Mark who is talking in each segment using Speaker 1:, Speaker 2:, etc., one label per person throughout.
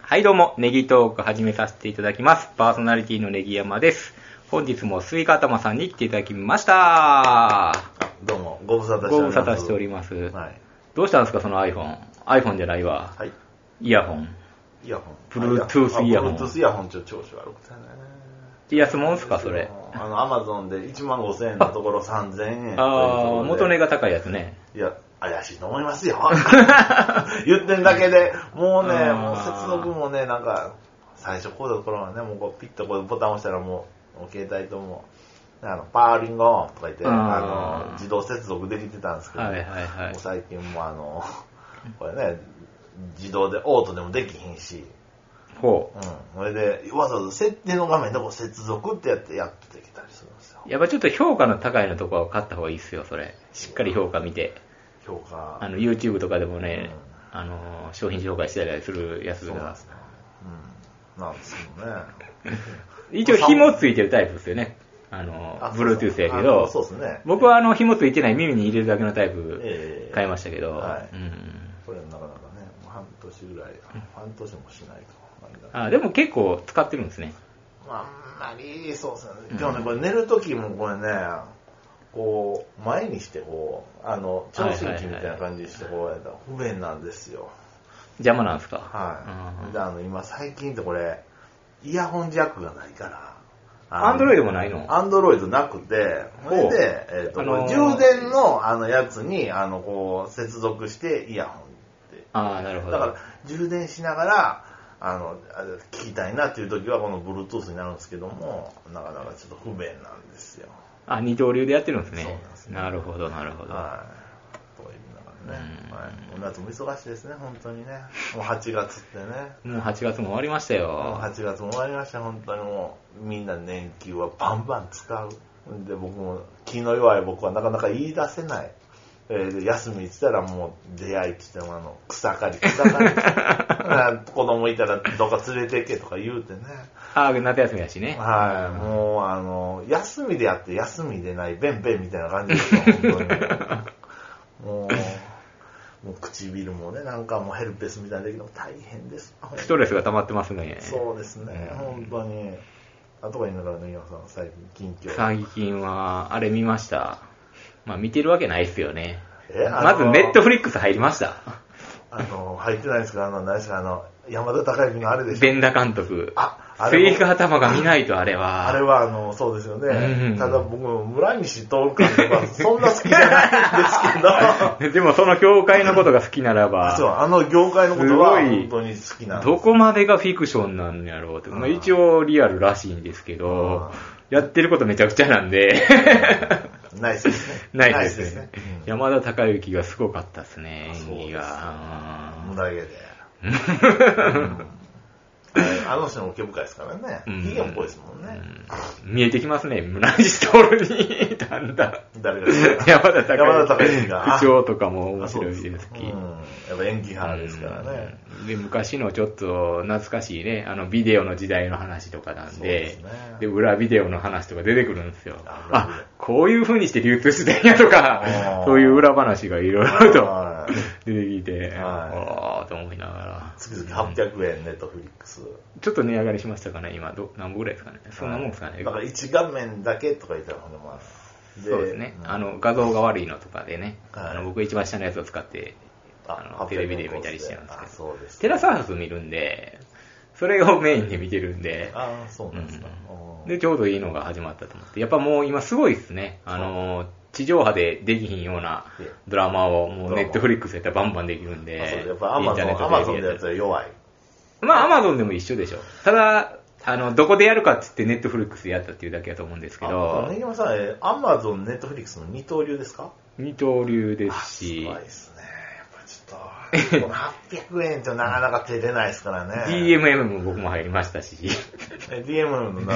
Speaker 1: はいどうも、ネギトーク始めさせていただきます。パーソナリティのネギ山です。本日もスイカ頭さんに来ていただきました。
Speaker 2: どうも、ご無沙汰しております。
Speaker 1: ご無沙汰しております。
Speaker 2: はい。
Speaker 1: どうしたんですか、その iPhone。iPhone じゃないわ。
Speaker 2: はい。
Speaker 1: イヤホン。
Speaker 2: イヤホン。
Speaker 1: Bluetooth イヤホン
Speaker 2: あ Bluetooth イヤホンちょっと調子悪くてね。
Speaker 1: いや、すもんすか、それ。
Speaker 2: あの、アマゾンで1万5000円のところ3000円。
Speaker 1: ああ、元値
Speaker 2: が。
Speaker 1: が高いやつね。
Speaker 2: いや、怪しいと思いま すよ。言ってんだけで、もうね、
Speaker 1: あー
Speaker 2: もう接続もね、なんか、最初こうだところはね、もうこうピッとこうボタン押したらもう、もう携帯ともう、あの、パーリングオンとか言って、
Speaker 1: あ
Speaker 2: あ
Speaker 1: ー
Speaker 2: の、自動接続できてたんですけど、
Speaker 1: はいはいは
Speaker 2: も。
Speaker 1: いう
Speaker 2: 最近もうあの、 これね、自動でオートでもできひんし、
Speaker 1: ほ
Speaker 2: うん。それで、わざわざ設定の画面でこう接続ってやってやってできたりするんですよ。
Speaker 1: う。やっぱちょっと評価の高いのとこは買った方がいいっすよ、それ。しっかり評価見て。
Speaker 2: 評価。
Speaker 1: あの、YouTube とかでもね、あの、商品紹介してたりするやつ
Speaker 2: そうなん
Speaker 1: が
Speaker 2: です。ね。うん。なんですよね。
Speaker 1: 一応紐ついてるタイプですよね。あの、Bluetooth やけ
Speaker 2: あ
Speaker 1: ど。
Speaker 2: そうですね。
Speaker 1: 僕はあの、紐ついてない耳に入れるだけのタイプ
Speaker 2: ええ
Speaker 1: 買いましたけど。
Speaker 2: はい
Speaker 1: うん
Speaker 2: これなかなかね、もう半年ぐらい、半年もしないと。なんだ
Speaker 1: あでも結構使ってるんですね。
Speaker 2: あんまり、そうですね。でもね、これ寝るときもこれね、こう、前にしてこう、あの、聴診器みたいな感じにしてこうやったら不便なんですよ。
Speaker 1: 邪魔なんですか。
Speaker 2: は
Speaker 1: う
Speaker 2: い。
Speaker 1: ん
Speaker 2: で、あの、今最近ってこれ、イヤホンジャックがないから。
Speaker 1: アンドロイドもないの
Speaker 2: アンドロイドなくて、それで、えっと、
Speaker 1: あのー
Speaker 2: 充電のあのやつに、あの、こう、接続してイヤホンって
Speaker 1: ああ、なるほ
Speaker 2: だ
Speaker 1: ど。
Speaker 2: から充電しながらあのあれ聞きたいなっていう時はこの Bluetooth になるんですけどもなかなかちょっと不便なんですよ
Speaker 1: あ、二刀流でやってるんですね。
Speaker 2: そうなんですね
Speaker 1: なるほど、なるほど。
Speaker 2: はいと言いながらね
Speaker 1: う、ん
Speaker 2: はい、お夏も忙しいですね本当にねもう8月ってね
Speaker 1: もう8月も終わりました
Speaker 2: もう
Speaker 1: よ。
Speaker 2: 8月も終わりました本当にもうみんな年休はバンバン使うんで僕も気の弱い僕はなかなか言い出せない、えーで休みしたらもう出会い来てもあの草刈り草刈りあ 子供いたらどっか連れてけとか言うてね
Speaker 1: ああ、夏休みだしね。
Speaker 2: はいもうあの休みであって休みでないべんべんみたいな感じですよ本当にもうもう唇もねなんかもうヘルペスみたいなできるの大変です
Speaker 1: ストレスが溜まってますね。
Speaker 2: そうですね、
Speaker 1: うん
Speaker 2: 本当に。あとは言いながらね、今さん、最近、近況。
Speaker 1: 最近は、あれ見ました。まあ見てるわけないっすよね。
Speaker 2: え
Speaker 1: まずネット。フリックス入りました。
Speaker 2: あのあの、入ってないですかあの、何ですかあの、山田孝之のあれでしょ
Speaker 1: 全裸監督。
Speaker 2: あ、あ
Speaker 1: ス
Speaker 2: れ
Speaker 1: イカ
Speaker 2: は、
Speaker 1: 頭が見ないとあれは。
Speaker 2: あれは、あの、そうですよ
Speaker 1: うん
Speaker 2: ね。ただ僕、村西徹 監督はそんな好きじゃないんですけど、
Speaker 1: でもその業界のことが好きなら
Speaker 2: そう、
Speaker 1: ば、
Speaker 2: あの業界のことは
Speaker 1: すごい
Speaker 2: 本当に好きなんです
Speaker 1: どこまでがフィクションなんやろうって。
Speaker 2: うん
Speaker 1: まあ、一応リアルらしいんですけど、やってることめちゃくちゃなんで、
Speaker 2: ないですね。
Speaker 1: ないですね。
Speaker 2: うん
Speaker 1: 山田孝之がすごかったですね
Speaker 2: あ、そうです
Speaker 1: 演技が。うん
Speaker 2: 胸毛で。うんあの人も毛深いですからね。
Speaker 1: うん
Speaker 2: ヒゲも濃いですもんね。
Speaker 1: 見えてきますね、村西徹に、だんだん。
Speaker 2: 誰がですか
Speaker 1: 山田孝
Speaker 2: 山田孝
Speaker 1: 之
Speaker 2: 之が
Speaker 1: 口調とかも面
Speaker 2: あそ
Speaker 1: 白
Speaker 2: う
Speaker 1: い
Speaker 2: です
Speaker 1: です
Speaker 2: う
Speaker 1: き。
Speaker 2: ん、やっぱ演技派ですからね。
Speaker 1: うんで昔のちょっと懐かしいね、あのビデオの時代の話とかなん
Speaker 2: そう
Speaker 1: で、
Speaker 2: ですね
Speaker 1: で裏ビデオの話とか出てくるんですよ。
Speaker 2: あ裏ビデオ
Speaker 1: あ、こういう風にして流通してんやとか
Speaker 2: あ、ー
Speaker 1: そういう裏話がいろいろと
Speaker 2: はい
Speaker 1: 出てきて、
Speaker 2: は
Speaker 1: あーと思いながら。
Speaker 2: 月々800円、ネットフリックス。
Speaker 1: ちょっと値上がりしましたかね、今、ど何本ぐらいですかね。そんなもんですかね。
Speaker 2: だから1画面だけとか言ったらほんでまあ。
Speaker 1: そうですね。あ、
Speaker 2: ん
Speaker 1: の、画像が悪いのとかでね、
Speaker 2: はい
Speaker 1: あの僕一番下のやつを使って、あの
Speaker 2: 800
Speaker 1: テレビで見たりしてるんですけど
Speaker 2: あ、そうです。
Speaker 1: テラスハウス見るんで、それをメインで見てるんで、
Speaker 2: あ、そうなんですか。おー
Speaker 1: で、ちょうどいいのが始まったと思って。やっぱもう今すごいですね。あの、地上波でできひんようなドラマをもう
Speaker 2: ド
Speaker 1: ネ
Speaker 2: ラマ
Speaker 1: ットフリックスやったらバンバンできるん
Speaker 2: あ
Speaker 1: で
Speaker 2: そう、やっぱアマゾン、アマゾンのやつは弱い。
Speaker 1: まあ、アマゾンでも一緒でしょ。ただ、あの、どこでやるかって言ってネットフリックスでやったっていうだけだと思うんですけ
Speaker 2: あ
Speaker 1: ど
Speaker 2: 根、際さん、えアマゾン、ネットフリックスの二刀流ですか
Speaker 1: 二刀流で
Speaker 2: あ
Speaker 1: す
Speaker 2: すごい
Speaker 1: し、
Speaker 2: ですね。やっぱちょっと、この800円ってなかなか手出ないですからね。
Speaker 1: DMM も僕も入りましたし、
Speaker 2: え DM のなんか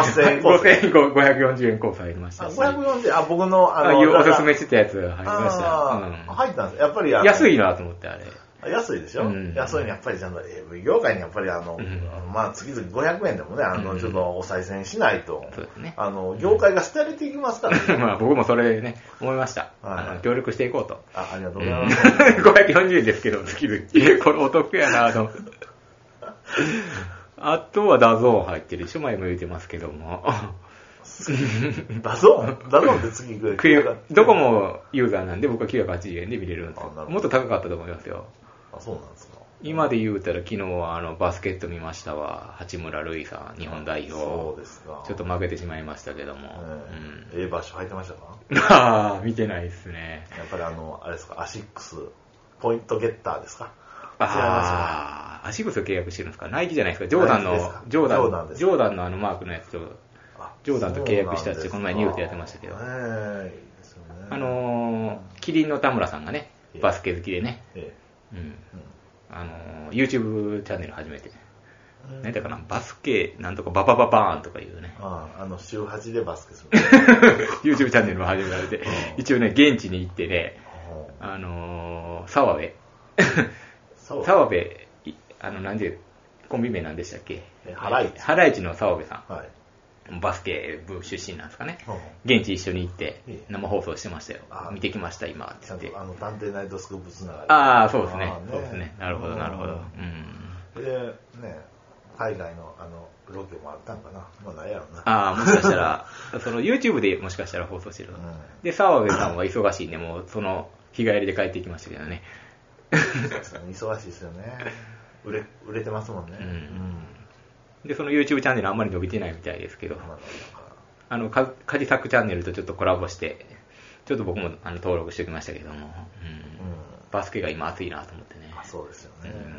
Speaker 2: 8000円コース。
Speaker 1: 5540円コース入りまし
Speaker 2: あ
Speaker 1: たし、
Speaker 2: 540あ、僕の、あ
Speaker 1: あ
Speaker 2: の、
Speaker 1: いうおすす
Speaker 2: 入
Speaker 1: めしてたやつ入りま
Speaker 2: り
Speaker 1: した。
Speaker 2: 入ったんです。やっぱりあ
Speaker 1: うん
Speaker 2: の、
Speaker 1: 安いなと思って、あれ。
Speaker 2: あ。安いでしょ
Speaker 1: うん
Speaker 2: 安いのやっぱりちゃんと、AV 業界にやっぱりあの
Speaker 1: うん、
Speaker 2: まあ月々500円でもね、あ
Speaker 1: う
Speaker 2: の、
Speaker 1: ん
Speaker 2: ちょっとお賽銭しないと
Speaker 1: そうですね、
Speaker 2: あの、業界が捨てられていきますから ね。
Speaker 1: まあ僕もそれね、思いました。
Speaker 2: はい
Speaker 1: あの協力していこうと。
Speaker 2: あ、ありがとう
Speaker 1: う
Speaker 2: ご
Speaker 1: ん
Speaker 2: ざいます。
Speaker 1: 540円ですけど、月々。これお得やなと思って。あとはダゾーン入ってるでしょ前も言うてますけど も。
Speaker 2: ダゾーンダゾーンって次行く
Speaker 1: クリアドコモユーザーなんで僕は980円で見れるんですよ
Speaker 2: あなるほど
Speaker 1: もっと高かったと思いますよ。
Speaker 2: あ、そうなんですか。
Speaker 1: 今で言うたら昨日はあのバスケット見ましたわ。八村塁さん、日本代
Speaker 2: そう
Speaker 1: 表。
Speaker 2: ですか。
Speaker 1: ちょっと負けてしまいましたけども。
Speaker 2: え えええ場所入ってましたか
Speaker 1: うん。ああ、見てないですね。
Speaker 2: やっぱりあの、あれですか、アシックス、ポイントゲッターですか違いますか
Speaker 1: ああ、足靴を契約してるんですかナイキじゃないですかジョーダン
Speaker 2: ナイキで
Speaker 1: の
Speaker 2: すか、
Speaker 1: ジョーダン、
Speaker 2: ジョーダンです
Speaker 1: ジョーダンのあのマークのやつと、
Speaker 2: あ
Speaker 1: ジョーダンと契約したって
Speaker 2: そうなんですか
Speaker 1: この前ニュースでやってましたけど
Speaker 2: ねえいいですよね
Speaker 1: あのー、キリンの田村さんがね、バスケ好きでね、
Speaker 2: え
Speaker 1: うん。
Speaker 2: え
Speaker 1: あのー、YouTube チャンネル始めて、
Speaker 2: うん
Speaker 1: 何だかな、バスケ、なんとかババババーンとかいうね、
Speaker 2: あああの週8でバスケする
Speaker 1: YouTube チャンネルも始められて、
Speaker 2: うん
Speaker 1: 一応ね、現地に行ってね、
Speaker 2: うん
Speaker 1: あのー、澤部、
Speaker 2: そう
Speaker 1: 澤部、いあの、なんで、コンビ名なんでしたっけ
Speaker 2: えハライチ
Speaker 1: ハライチの澤部さ
Speaker 2: はい
Speaker 1: ん、バスケ部出身なんですかね。
Speaker 2: うん
Speaker 1: 現地一緒に行って
Speaker 2: ええ
Speaker 1: 生放送してましたよ
Speaker 2: あ。
Speaker 1: 見てきました、今って
Speaker 2: ち
Speaker 1: 言
Speaker 2: ゃん
Speaker 1: って
Speaker 2: と。あの探偵ナイトスクープつながり
Speaker 1: ああ、そうですね
Speaker 2: ああ。
Speaker 1: そうですね。なるほど、なるほど。う
Speaker 2: うん
Speaker 1: ん。
Speaker 2: でね海外のあのロケもあったんかなまあないやろな
Speaker 1: ああ、もしかしたら、 その YouTube でもしかしたら放送してる
Speaker 2: う。ん
Speaker 1: で、澤部さんは忙しいんで、もうその日帰りで帰ってきましたけどね。
Speaker 2: 忙しいですよね売れ売れてますもんね
Speaker 1: うんで、その YouTube チャンネルあんまり伸びてないみたいですけど
Speaker 2: ま、だなんか
Speaker 1: あの、かカジサックチャンネルとちょっとコラボして、ちょっと僕もあの登録しておきましたけども、
Speaker 2: う
Speaker 1: うん。
Speaker 2: ん
Speaker 1: バスケが今熱いなと思ってね。
Speaker 2: あそうですよね
Speaker 1: うん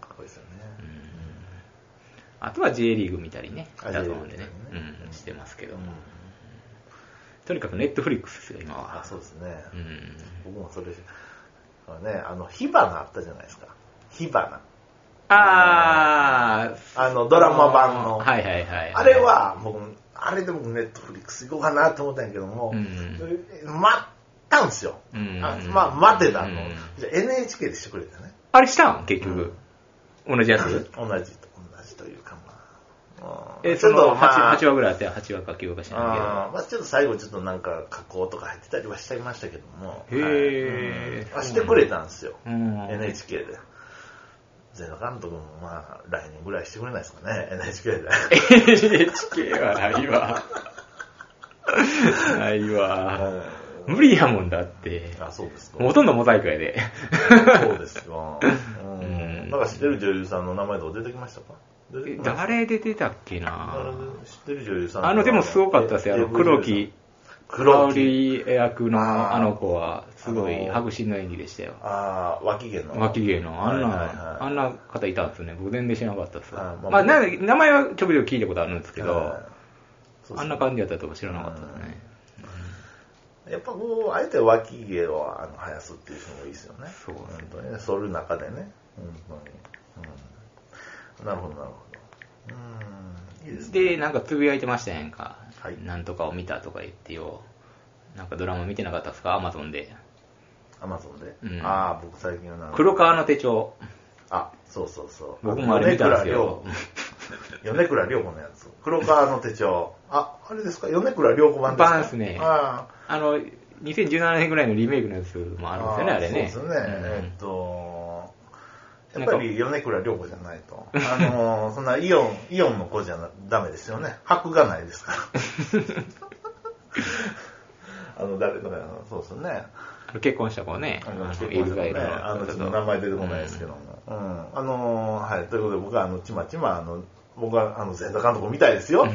Speaker 2: かっこいいですよね
Speaker 1: うんあとは J リーグ見たりね、
Speaker 2: あ
Speaker 1: ダゾーンでね
Speaker 2: J リーグね、
Speaker 1: うん、してますけ
Speaker 2: う
Speaker 1: ど
Speaker 2: ん
Speaker 1: も、とにかくネットフリックスですよ、今
Speaker 2: あ
Speaker 1: は。
Speaker 2: そうですね
Speaker 1: うん。
Speaker 2: 僕もそれあのねあの火花あったじゃないですか火花
Speaker 1: あー、
Speaker 2: あのドラマ版の
Speaker 1: はいはいはい。
Speaker 2: あれ、は僕あれで僕ネットフリックス行こうかなと思ったんやけども、
Speaker 1: うん。
Speaker 2: 待ったんすよ、
Speaker 1: うん
Speaker 2: あまあ待てだの、
Speaker 1: うん
Speaker 2: じゃあ NHK でしてくれたね
Speaker 1: あれしたん結局。同じやつ。
Speaker 2: 同じと同じというかまあうん
Speaker 1: え、その 8,
Speaker 2: まあ
Speaker 1: 8話ぐらいあって、8話か9話かしない
Speaker 2: あーまあ、ちょっと最後ちょっとなんか加工とか入ってたりはしちゃいましたけども
Speaker 1: へー
Speaker 2: はいうんあしてくれたんですよ、
Speaker 1: けど。うん。
Speaker 2: NHK で全野監督もまあ来年ぐらいしてくれないですかね NHK で
Speaker 1: NHK はない わ。ないわ。無理やもんだって。
Speaker 2: あそうですか
Speaker 1: ほとんどモザイクやで。
Speaker 2: そうですか。う
Speaker 1: うん
Speaker 2: ん。なんか知ってる女優さんの名前とか出てきましたか出てきました
Speaker 1: 誰出てたっけ
Speaker 2: 誰
Speaker 1: な
Speaker 2: で知ってる女優さん
Speaker 1: あの、でもすごかったですよ。あの、黒木、。
Speaker 2: 黒
Speaker 1: 香
Speaker 2: 木。
Speaker 1: 織役
Speaker 2: あ
Speaker 1: の
Speaker 2: ー
Speaker 1: あの子は、すご
Speaker 2: あ
Speaker 1: い
Speaker 2: の
Speaker 1: 迫真の演技でしたよ。
Speaker 2: ああ、脇毛の。
Speaker 1: 脇毛の、あん
Speaker 2: はいはいはい
Speaker 1: な、あんな方いたんですね。僕全然知らなかったです。
Speaker 2: あーまあ
Speaker 1: まあ、なんか名前はちょびちょび聞いたことあるんですけ
Speaker 2: は
Speaker 1: ど
Speaker 2: い、そうそう
Speaker 1: あんな感じやったとは知らなかったですね。
Speaker 2: やっぱこう、あえて脇毛をあの生やすっていうのもいいですよね。
Speaker 1: そうですね
Speaker 2: 本当にね。剃る中でね。本当に。うん。なるほど、なるほど。うん。いいですね。
Speaker 1: で、なんかつぶやいてましたやんか。
Speaker 2: はい
Speaker 1: なんとかを見たとか言ってよ。なんかドラマ見てなかったですかアマゾンで。
Speaker 2: アマゾンで。
Speaker 1: うん
Speaker 2: ああ、僕最近はなんか
Speaker 1: 黒川の手帳。
Speaker 2: あ、そうそうそう。
Speaker 1: 僕もあれ見たんですよ。
Speaker 2: 米倉涼子のやつ。黒川の手帳。あ、あれですか米倉涼子版ですか
Speaker 1: 版ですね
Speaker 2: あ
Speaker 1: あの、2017年ぐらいのリメイクのやつも
Speaker 2: あ
Speaker 1: あるんですよね、あれね。
Speaker 2: そうですね。えっと、やっぱり米倉涼子じゃないと。あのー、そんなイオン、イオンの子じゃなダメですよね。箔がないですから。あの、誰だから、そうですよね。
Speaker 1: うん結婚した子ね。
Speaker 2: あ
Speaker 1: あ
Speaker 2: の、
Speaker 1: の、
Speaker 2: 結
Speaker 1: エ
Speaker 2: 婚し
Speaker 1: グ
Speaker 2: た
Speaker 1: ザイ
Speaker 2: ね、
Speaker 1: ルの。
Speaker 2: あの、ちょっと名前出てこないですけども。うん。あのーはい。ということで、僕は、あの、ちまちま、あの、僕は、あの、前座監督みたいですよ。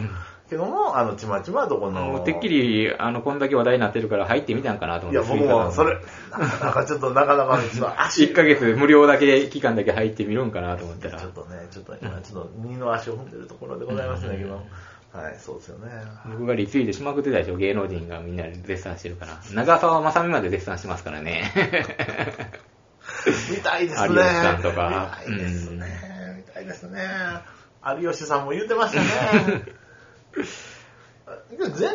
Speaker 2: けども、あの、ちまちま、どこの。
Speaker 1: もうてっきり、あの、こんだけ話題になってるから入ってみたんかなと
Speaker 2: い
Speaker 1: 思
Speaker 2: や、
Speaker 1: って。
Speaker 2: 僕も、それ、なんかちょっと、なかなか、ちま、足
Speaker 1: 1ヶ月無料だけ、期間だけ入ってみるんかなと思っ
Speaker 2: ち
Speaker 1: た
Speaker 2: ょ
Speaker 1: ら。
Speaker 2: っとね、ちょっと今、ちょっと、二の足を踏んでるところでございますね、けど。はい、そうですよね。
Speaker 1: 僕がリツイートしまくってたでしょ、芸能人がみんな絶賛してるから。長澤まさみまで絶賛してますからね。
Speaker 2: 見たいですね。
Speaker 1: 有吉さんとか
Speaker 2: 見たいですね。見たいですね。有吉さんも言って ましたね。全裸監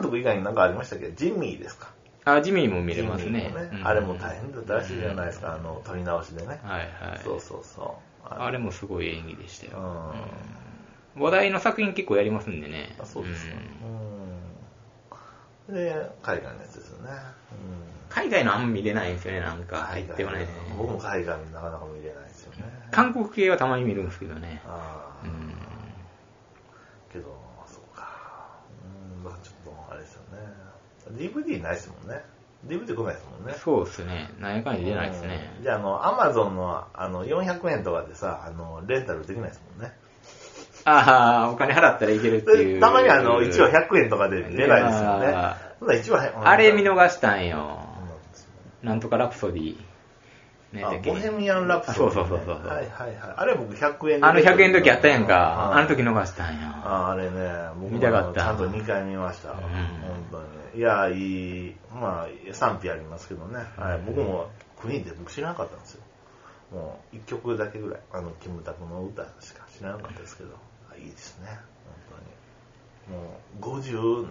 Speaker 2: 督以外に何かありましたっけジミーですか
Speaker 1: あ、ジミーも見れますね
Speaker 2: ジミー。も
Speaker 1: うん
Speaker 2: あれも大変だったらしいじゃないですか、あの、撮り直しでね。
Speaker 1: はいはい。
Speaker 2: そうそうそう。
Speaker 1: あれ
Speaker 2: も。
Speaker 1: もすごい演技でした
Speaker 2: う
Speaker 1: よ。
Speaker 2: ん。あ、
Speaker 1: 話題の作品結構やりますんでね。
Speaker 2: そうですか
Speaker 1: ん。
Speaker 2: うん。で、海外のやつですよね。うん。
Speaker 1: 海外のあんま見れないんですよね、なんか。入ってこないね。
Speaker 2: 僕も海外なかなか見れないですよね。
Speaker 1: 韓国系はたまに見るんですけどね。
Speaker 2: あ
Speaker 1: う
Speaker 2: あ、
Speaker 1: ん。
Speaker 2: けど、そうか。うん、まあちょっと、あれですよね。DVD ないですもんね。DVD 来ないですもんね。
Speaker 1: そうですね。何やかんや出ないですね
Speaker 2: うん。じゃあ、あの、アマゾンの、あの、400円とかでさ、あの、レンタルできないですもんね。
Speaker 1: ああ、お金払ったらいけるっていう。
Speaker 2: でたまにあの、1話100円とかで出ないですよ
Speaker 1: い
Speaker 2: ね
Speaker 1: や。
Speaker 2: ほんなら一話100
Speaker 1: あれ見逃したん
Speaker 2: そ
Speaker 1: よ
Speaker 2: う。なんですよ
Speaker 1: なんとかラプソディ。ね
Speaker 2: あボヘミアン・ラプソ
Speaker 1: あ
Speaker 2: ディね、
Speaker 1: そうそうそうそう
Speaker 2: はいはいはい。あれ僕100円
Speaker 1: あの100円の時あったやん
Speaker 2: う
Speaker 1: か。あの時逃したんや。
Speaker 2: ああれね、僕も
Speaker 1: 見たかった
Speaker 2: ちゃんと2回見ました。
Speaker 1: うん
Speaker 2: 本当に。いや、いい、まあ、賛否ありますけどね。は
Speaker 1: う
Speaker 2: い、
Speaker 1: ん
Speaker 2: 僕もクイーンって僕知らなかったんですよ。もう、1曲だけぐらい、あの、キムタクの歌しか知らなかったですけど、あいいですね、本当に。もう、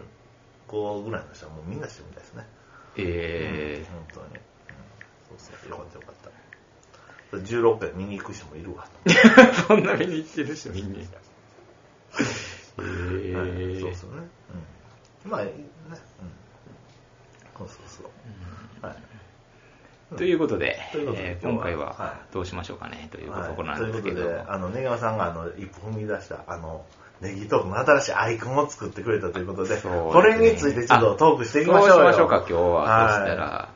Speaker 2: 55ぐらいの人はもうみんなしてみたいですね。
Speaker 1: え
Speaker 2: うん本当に。うんそうそう、よかったよかった。16回見に行く人もいるわと。
Speaker 1: え そんな見に行ってる人みんな。ええ
Speaker 2: はいそうそうね。うん。まあ、いいね。うん。そうそうそう。はい。
Speaker 1: ということで、
Speaker 2: ということで
Speaker 1: えー
Speaker 2: 今日
Speaker 1: 今
Speaker 2: は
Speaker 1: 回
Speaker 2: は
Speaker 1: はどうしましょうかね、というところ
Speaker 2: はい
Speaker 1: な
Speaker 2: と
Speaker 1: んで
Speaker 2: いう
Speaker 1: す
Speaker 2: こ
Speaker 1: け
Speaker 2: と
Speaker 1: ど。
Speaker 2: で、あの、根川さんが、あの、一歩踏み出した、あの、ネギトークの新しいアイコンを作ってくれたということ
Speaker 1: そう
Speaker 2: で、
Speaker 1: ですね
Speaker 2: これについてちょっとトークしていきましょうよ。
Speaker 1: そうしましょうか、今日は。そしたら、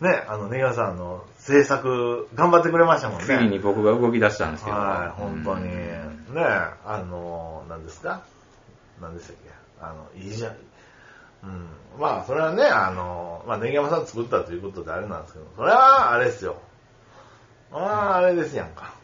Speaker 2: ね、あの、根川さんの制作、頑張ってくれましたもんね。
Speaker 1: ついに僕が動き出したんですけど。
Speaker 2: はい、本当に。
Speaker 1: う
Speaker 2: ね
Speaker 1: ん
Speaker 2: あの、何ですか何でしたっけあの、いいじゃん。うん。まあ、それはね、あの、まあ、ネギ山さん作ったということであれなんですけど、それは、あれですよ。ああ、あれですやんか。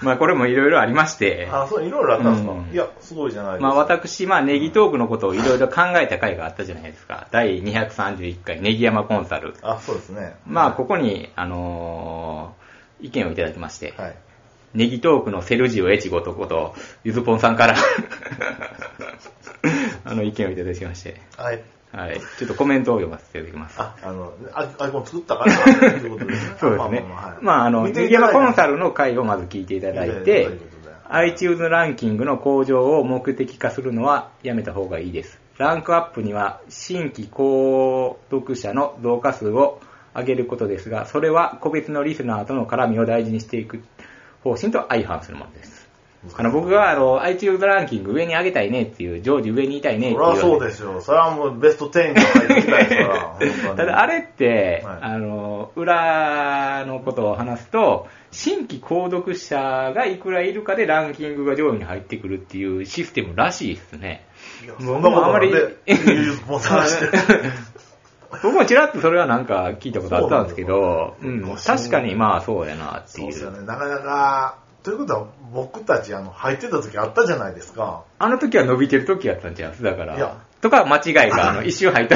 Speaker 1: まあこれもいろいろありまして、
Speaker 2: あそう、いろいろあったんですか、
Speaker 1: うん
Speaker 2: いや、すごいじゃないですか。
Speaker 1: まあ私、まあネギトークのことをいろいろ考えた回があったじゃないですか。第231回ネギ山コンサル。
Speaker 2: あ、そうですね。
Speaker 1: まあここに、あのー意見をいただきまして、
Speaker 2: はい。
Speaker 1: ネギトークのセルジオエチゴとこと、ゆずぽんさんから、あの意見をいただきまして、
Speaker 2: はい。
Speaker 1: はい。ちょっとコメントを読ませていただきます。。
Speaker 2: あ、あの、アイアイコン作ったから、ということですね
Speaker 1: そうですね
Speaker 2: まあまあまあは。い
Speaker 1: まあ、あの、
Speaker 2: 見て
Speaker 1: ネ
Speaker 2: い
Speaker 1: ギ
Speaker 2: ただ
Speaker 1: 山
Speaker 2: いた
Speaker 1: コンサルの回をまず聞いていただい
Speaker 2: 見ていただい
Speaker 1: て
Speaker 2: たということで、
Speaker 1: iTunes ランキングの向上を目的化するのはやめた方がいいです。ランクアップには新規購読者の増加数を上げることですが、それは個別のリスナーとの絡みを大事にしていく方針と相反するものです。あの僕があの iTunes ランキング上に上げたいねっていう、常時上にいたいねってい、。
Speaker 2: そうりゃそうですよ。それはもうベスト10に入ってきたいですから
Speaker 1: ただあ
Speaker 2: れ
Speaker 1: れって、
Speaker 2: はい
Speaker 1: あの、裏のことを話すと、新規購読者がいくらいるかでランキングが上位に入ってくるっていうシステムらしいですね。
Speaker 2: いや
Speaker 1: 僕
Speaker 2: そんなこと
Speaker 1: もあまり
Speaker 2: なんでユースポンサーしてる
Speaker 1: 僕もちらっとそれはなんか聞いたことあったんですけど、
Speaker 2: そうなんです
Speaker 1: う
Speaker 2: よ
Speaker 1: ん確かにまあそうやなって
Speaker 2: そう
Speaker 1: い
Speaker 2: ですよ
Speaker 1: う。
Speaker 2: ね。なかなか、ということは僕たちあの入ってた時あったじゃないですか。
Speaker 1: あの時は伸びてる時やったんちゃうだか
Speaker 2: いや
Speaker 1: ら。とか間違いが、 あの、一周入った。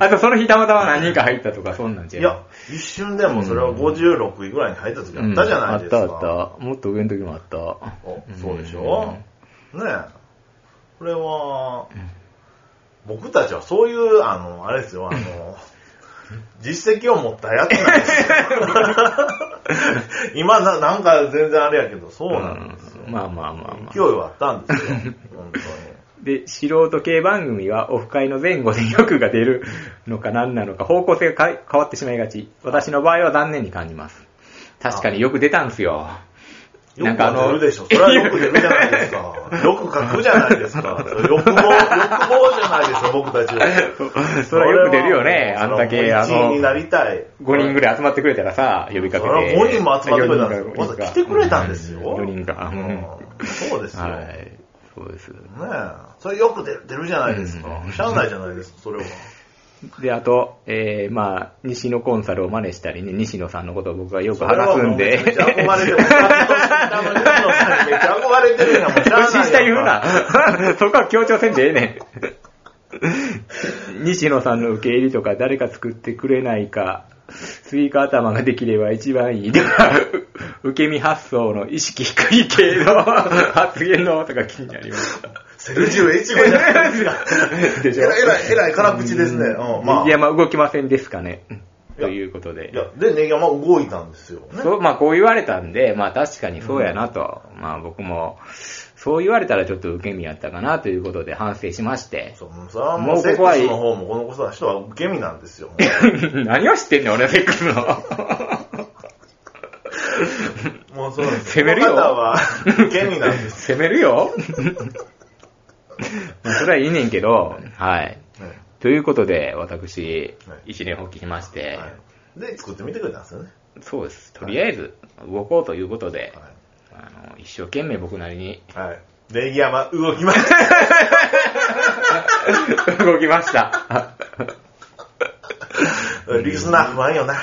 Speaker 1: あとその日たまたま何人か入ったとか、そんなんじ
Speaker 2: い
Speaker 1: ゃう
Speaker 2: や、一瞬でもそれは56位ぐらいに入った時あったじゃないですか。
Speaker 1: うんあったあった。もっと上の時もあった。
Speaker 2: おそうでしょ、ねえ。これは、僕たちはそういう、あの、あれですよ、あの、実績を持ったやつなん ですよ。今な、なんか全然あれやけど、そうなんですよ。
Speaker 1: うんまあまあまあまあ
Speaker 2: 勢いはあったんですよ、本当に。
Speaker 1: で、素人系番組はオフ会の前後で欲が出るのか何なのか方向性が変え変わってしまいがち。私の場合は残念に感じます。確かによく出たんすよ。な
Speaker 2: よ
Speaker 1: ん
Speaker 2: く
Speaker 1: かあの
Speaker 2: 出るでしょ。それはよく出るじゃないですか。 よく書くじゃないですか。それ欲望、欲望じゃないですか、僕たちは。
Speaker 1: それはよく出るよね
Speaker 2: それは
Speaker 1: あんだけ
Speaker 2: それは
Speaker 1: あ
Speaker 2: もう一
Speaker 1: の
Speaker 2: 員になりたい。
Speaker 1: 5人ぐらい集まってくれたらさ、呼びかけ
Speaker 2: それ
Speaker 1: て。
Speaker 2: は5人も集まってくれたんですよ
Speaker 1: 4人か4人か。
Speaker 2: まず来てくれたんですよ
Speaker 1: うん
Speaker 2: うんそうですよ。
Speaker 1: は
Speaker 2: ね
Speaker 1: い。そうです。
Speaker 2: え。それよく出出るじゃないです
Speaker 1: う
Speaker 2: か。
Speaker 1: ん
Speaker 2: しゃあないじゃないですか、それは。
Speaker 1: で、あと、えー、まあ、西野コンサルを真似したりね、西野さんのことを僕がよく話すんで。
Speaker 2: それはもうめっちゃ憧れてる。下の人さんにめっちゃ憧れてるんやもん、 しゃあないやんか
Speaker 1: 年下言うな。 そこは強調せんでええねん。 西野さんの受け入れとか誰か作ってくれないか、スイカ頭ができれば一番いい。では、 受け身発想の意識低い系の 発言のとか気になります。
Speaker 2: セルジオ越後じゃないですか。
Speaker 1: でしょ
Speaker 2: えらい、えらい、えらい辛口ですね。うん、まあ。
Speaker 1: いや、まあ動きませんですかね。ということで
Speaker 2: い。や、で、ネギ山動いたんですよね。
Speaker 1: そう、まあこう言われたんで、まあ確かにそうやなと、まあ僕も、そう言われたらちょっと受け身やったかなということで反省しまして、
Speaker 2: そう、それはもうセックスの方もこの子さ、人は受け身なんですよ。
Speaker 1: 何を知ってんねん、俺はセックスの。
Speaker 2: もうそうです。
Speaker 1: 攻めるよ
Speaker 2: この方 は、権利なんです。
Speaker 1: 攻める よまあそれはいいねんけど、はい。
Speaker 2: ね
Speaker 1: ということで、私
Speaker 2: はい、
Speaker 1: 一年発起しまして、
Speaker 2: はいで、作ってみてくれたんですよね。
Speaker 1: そうです。とりあえず、動こうということで、
Speaker 2: は
Speaker 1: あの一生懸命僕なりに
Speaker 2: い。はい。ネギ山、動きました。
Speaker 1: 動きました。
Speaker 2: リスナー不 安よな。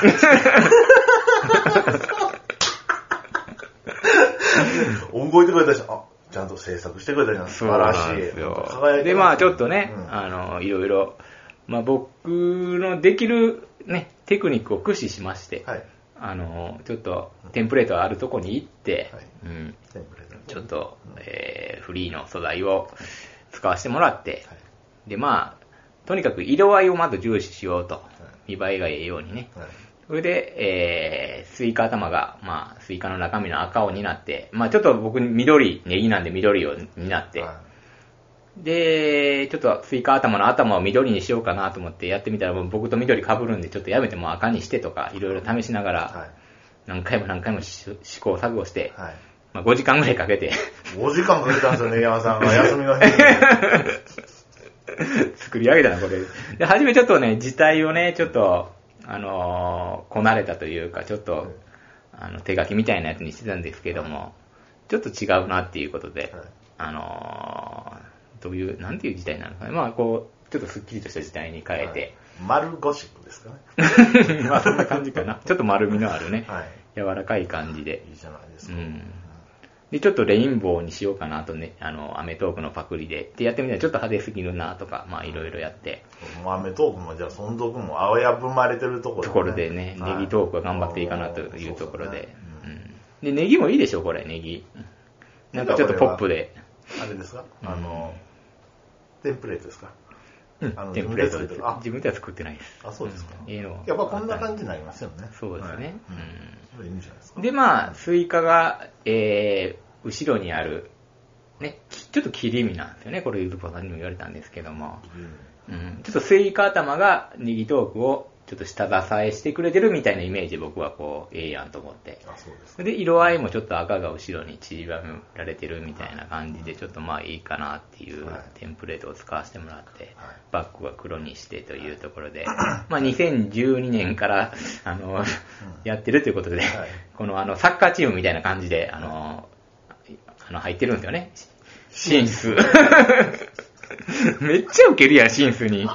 Speaker 2: 動いてくれたし、あ、ちゃんと制作してくれたじゃん。 素
Speaker 1: そう
Speaker 2: 晴ら
Speaker 1: な
Speaker 2: し
Speaker 1: んです
Speaker 2: い。
Speaker 1: よ。
Speaker 2: 輝いて
Speaker 1: で、まあちょっとね、
Speaker 2: うん
Speaker 1: あの、いろいろ、まあ僕のできるね、テクニックを駆使しまして、
Speaker 2: はい。
Speaker 1: あの、ちょっとテンプレートあるとこに行って、
Speaker 2: はい
Speaker 1: うん、
Speaker 2: テンプレート
Speaker 1: ちょっと、えーフリーの素材を使わせてもらって、
Speaker 2: はい
Speaker 1: で、まあ、とにかく色合いをまず重視しようと、見栄えがええようにね。
Speaker 2: はい。
Speaker 1: それで、えー、スイカ頭が、まあ、スイカの中身の赤を担って、まあ、ちょっと僕、緑、ネギなんで緑を担って、
Speaker 2: はい
Speaker 1: で、ちょっとスイカ頭の頭を緑にしようかなと思ってやってみたら、もう僕と緑被るんで、ちょっとやめてもう赤にしてとか、いろいろ試しながら、
Speaker 2: は
Speaker 1: 何回も何回もし試行錯誤して
Speaker 2: い。、はい。
Speaker 1: まあ、5時間ぐらいかけて
Speaker 2: 5時間かけたんですよ、ネギ山さんが。休みの 日に。
Speaker 1: 作り上げたな、これ。で、初めちょっとね、字体をね、ちょっと、あのーこなれたというか、ちょっと、あの、手書きみたいなやつにしてたんですけども、ちょっと違うなっていうことで、
Speaker 2: はい
Speaker 1: あのーどういう、なんていう字体なのかね。まあ、こう、ちょっとスッキリとした字体に変えて、
Speaker 2: 丸ゴシックですか ね。
Speaker 1: まあそんな感じかな。ちょっと丸みのあるね。
Speaker 2: は
Speaker 1: 柔らかい感じで
Speaker 2: い。。いいじゃないです
Speaker 1: う
Speaker 2: か。
Speaker 1: ん。で、ちょっとレインボーにしようかなとね、あの、アメトークのパクリで。で、やってみたらちょっと派手すぎるなとか、まあいろいろやって。
Speaker 2: もうアメトークもじゃあ、存続も危ぶまれてるところ、
Speaker 1: ところでね、
Speaker 2: はい
Speaker 1: ネギトークは頑張っていかなというところで。
Speaker 2: そうね
Speaker 1: うんで、ネギもいいでしょ、これ、ネギ。なんかちょっとポップで。
Speaker 2: うんあれですか
Speaker 1: うん
Speaker 2: あの、テンプレートですか
Speaker 1: うん
Speaker 2: あの
Speaker 1: テンプレートです
Speaker 2: 自分で作ってるあ。
Speaker 1: 自分では作ってないです。
Speaker 2: あ、そうですか。
Speaker 1: うんええの
Speaker 2: やっぱこんな感じになりますよね。
Speaker 1: そうですね
Speaker 2: はいうん。いいんじゃないですか。
Speaker 1: で、まあ、スイカが、えー、後ろにある、ね、きちょっと切り身なんですよね。これ、ゆずぽさんにも言われたんですけども。うん、ちょっとスイカ頭がネギトークをちょっと下支えしてくれてるみたいなイメージで僕はこう、ええやんと思って。
Speaker 2: あ、そうですか。
Speaker 1: で、色合いもちょっと赤が後ろに散りばめられてるみたいな感じで、ちょっとまあいいかなっていう
Speaker 2: はい
Speaker 1: テンプレートを使わせてもらって
Speaker 2: はい、
Speaker 1: バックは黒にしてというところ で、まあ2012年から、あの、やってるということで
Speaker 2: はい、
Speaker 1: このあの、サッカーチームみたいな感じで、あの、あの、入ってるんですよね。シンス。 めっちゃウケるやん、シンスに。